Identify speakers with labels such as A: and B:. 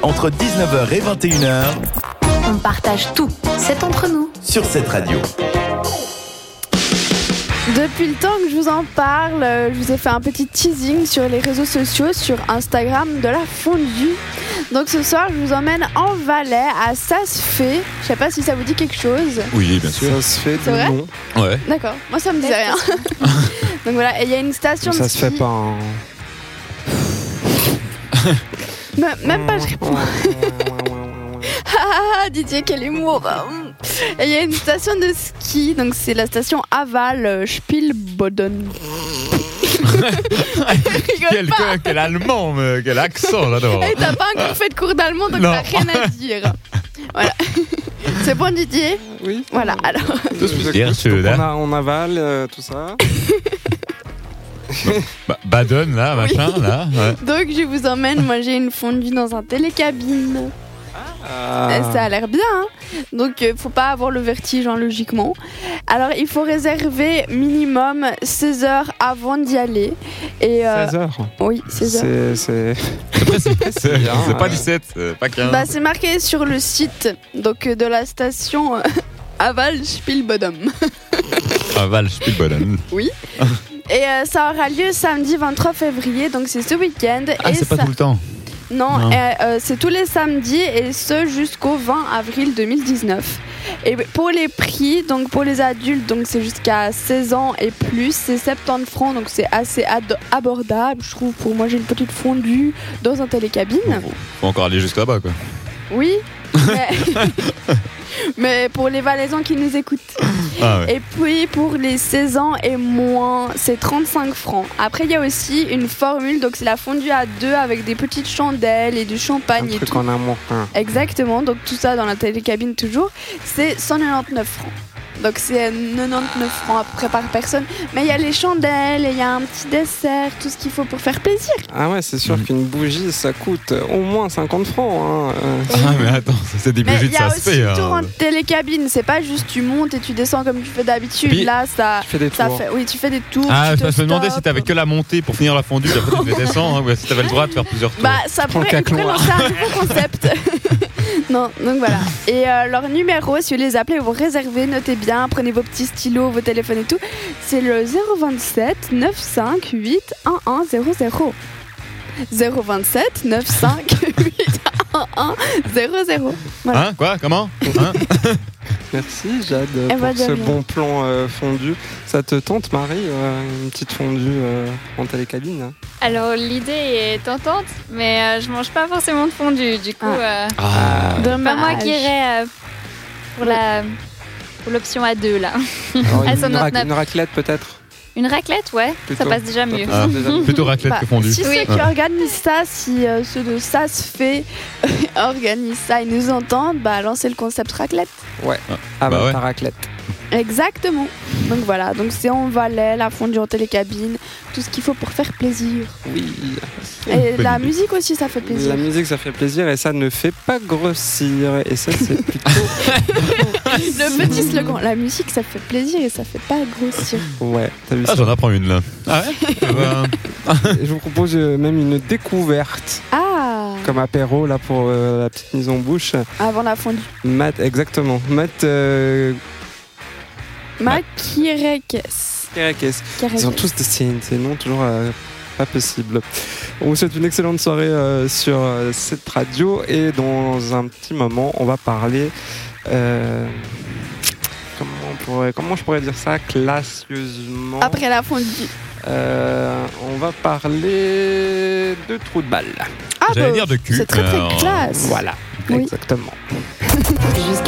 A: entre 19h et 21h
B: On partage tout, c'est entre nous.
A: sur cette radio.
C: Depuis le temps que je vous en parle, euh, je vous ai fait un petit teasing sur les réseaux sociaux, sur Instagram de la fondue. Donc ce soir, je vous emmène en Valais à Sasfé. Je sais pas si ça vous dit quelque chose.
D: Oui, bien
E: Ça se fait
C: C'est vrai
E: de non.
D: Ouais.
C: D'accord, moi ça me disait rien. Donc voilà, et il y a une station de
E: Ça se fait
C: ski.
E: pas. hein.
C: Me- Même pas, je réponds. Ah, Didier, quel humour Hum. Et il y a une station de ski, donc c'est la station Aval euh, Spielboden. Rigole
D: Quel,
C: pas.
D: quel allemand, mais quel accent là-dedans.
C: Et t'as pas encore fait de cours d'allemand, donc
D: Non.
C: t'as rien à dire. Voilà. C'est bon, Didier
E: Oui.
C: Voilà, alors.
E: Tout ce que
D: Bien
E: c'est.
D: sûr,
E: Donc
D: là.
E: on, a- on avale euh, tout ça.
D: Ba- Baden, là,
C: Oui.
D: machin, là. ouais.
C: Donc, je vous emmène. Moi, j'ai une fondue dans un télécabine.
E: Ah.
C: Ça a l'air bien. hein. Donc, euh, faut pas avoir le vertige, hein, logiquement. Alors, il faut réserver minimum 16 heures avant d'y aller. Et. euh,
E: 16 heures.
C: Oui, 16 heures.
E: C'est c'est-
D: C'est
E: bien,
D: c'est pas
E: ouais.
D: 17, euh, pas 15.
C: Bah, c'est marqué sur le site donc, euh, de la station euh, Aval Spielbodem.
D: Ah, Val Spielboden.
C: Et euh, ça aura lieu samedi 23 février, donc Ah, c'est ce week-end.
E: Ah,
C: et ça-
D: le temps.
C: Non,
D: Non.
C: euh, euh, c'est tous les samedis et ce jusqu'au 20 avril 2019. Et pour les prix, donc pour les adultes, donc c'est jusqu'à 16 ans et plus, c'est 70 francs, donc c'est assez ad- abordable, je trouve. Pour moi, j'ai une petite fondue dans un télécabine.
D: Faut encore aller jusqu'à là-bas, quoi.
C: Oui, mais... mais pour les Valaisans qui nous écoutent.
D: Ah, ouais.
C: Et puis pour les 16 ans et moins, c'est 35 francs. Après, il y a aussi une formule, donc c'est la fondue à deux avec des petites chandelles et du
E: un
C: champagne et
E: truc
C: tout.
E: en amont. hein.
C: Exactement, donc tout ça dans la télécabine toujours, c'est 199 francs. Donc c'est 99 francs à peu près par personne. Mais il y a les chandelles, et il y a un petit dessert, tout ce qu'il faut pour faire plaisir.
E: Ah ouais, c'est sûr qu'une bougie, ça coûte au moins 50 francs. hein. Euh,
C: Bah,
D: Ah, mais attends, ça, c'est des
C: Mais
D: bougies
C: il
D: de
C: y a
D: ça
C: aussi
D: se fait.
C: le tour
D: hein.
C: en télécabine, c'est pas juste tu montes et tu descends comme tu fais d'habitude.
D: Puis-
C: Là, ça,
E: tu fais des
C: ça
E: tours.
C: fait, oui, tu fais des tours.
D: Ah,
C: tu
D: je
C: te
D: me demandais
C: stoppes.
D: si t'avais que la montée pour finir la fondue, puis après tu devais descendre, hein, ou si t'avais le droit de faire plusieurs tours.
C: Bah, ça
E: prends le
C: pourrait
E: caclon, hein.
C: pourrait lancer un nouveau concept. non, donc voilà. Et euh, leur numéro, si vous les appelez, vous réservez, notez bien, prenez vos petits stylos, vos téléphones et tout. C'est le 027 95 8 1100. 027 95 8 1100. voilà.
D: Hein Quoi Comment Hein
E: Merci Jade
C: Eh ben,
E: pour
C: de
E: ce
C: rien.
E: bon plan euh, fondu. Ça te tente Marie, euh, une petite fondue euh, en télécabine hein
F: Alors l'idée est tentante, mais euh, je mange pas forcément de fondue, du coup, euh,
D: Ah,
F: pas
C: Dommage.
F: moi qui irais euh, pour la pour l'option à deux là.
E: Alors,
F: Ah,
E: une,
F: ça
E: une ra-
F: note neuf.
E: une raclette peut-être
F: Une raclette, ouais,
E: Plutôt.
F: ça passe déjà mieux.
E: Ah, déjà.
D: Plutôt raclette
C: Bah,
D: que fondue.
C: Si
F: Oui.
C: ceux qui organisent ça, si euh, ceux de ça se fait organisent ça et nous entendent, bah lancez le concept raclette.
E: Ah bah,
D: Bah ouais.
E: ta raclette.
C: Exactement. Donc voilà, donc c'est en Valais, la fondue en télécabine, tout ce qu'il faut pour faire plaisir.
E: Oui.
C: Et
D: bonne
C: la
D: idée.
C: musique aussi, ça fait plaisir.
E: La musique ça fait plaisir et ça ne fait pas grossir. Et ça c'est plutôt...
C: Le petit slogan, la musique, ça fait plaisir et ça fait pas grossir.
E: Ouais, t'as vu
D: Ah,
E: ça
D: j'en apprends une là. Ah ouais Euh,
E: Et Je vous propose euh, même une découverte
C: Ah,
E: comme apéro là pour euh, la petite mise en bouche.
C: avant la fondue.
E: Matt, exactement. Matt euh,
C: Makirekes.
E: Kerekes. Ils ont
C: Karekes.
E: tous des ces ces noms toujours euh, pas possibles. On vous souhaite une excellente soirée euh, sur euh, cette radio et dans un petit moment, on va parler. euh, comment, on pourrait- comment je pourrais dire ça classieusement
C: Après la fondue.
E: Euh, On va parler de trous de balle.
C: Ah
D: J'allais
C: bah,
D: dire de cul.
C: C'est très
D: Euh,
C: très classe.
E: Voilà,
C: Oui.
E: exactement.
B: Jusqu'à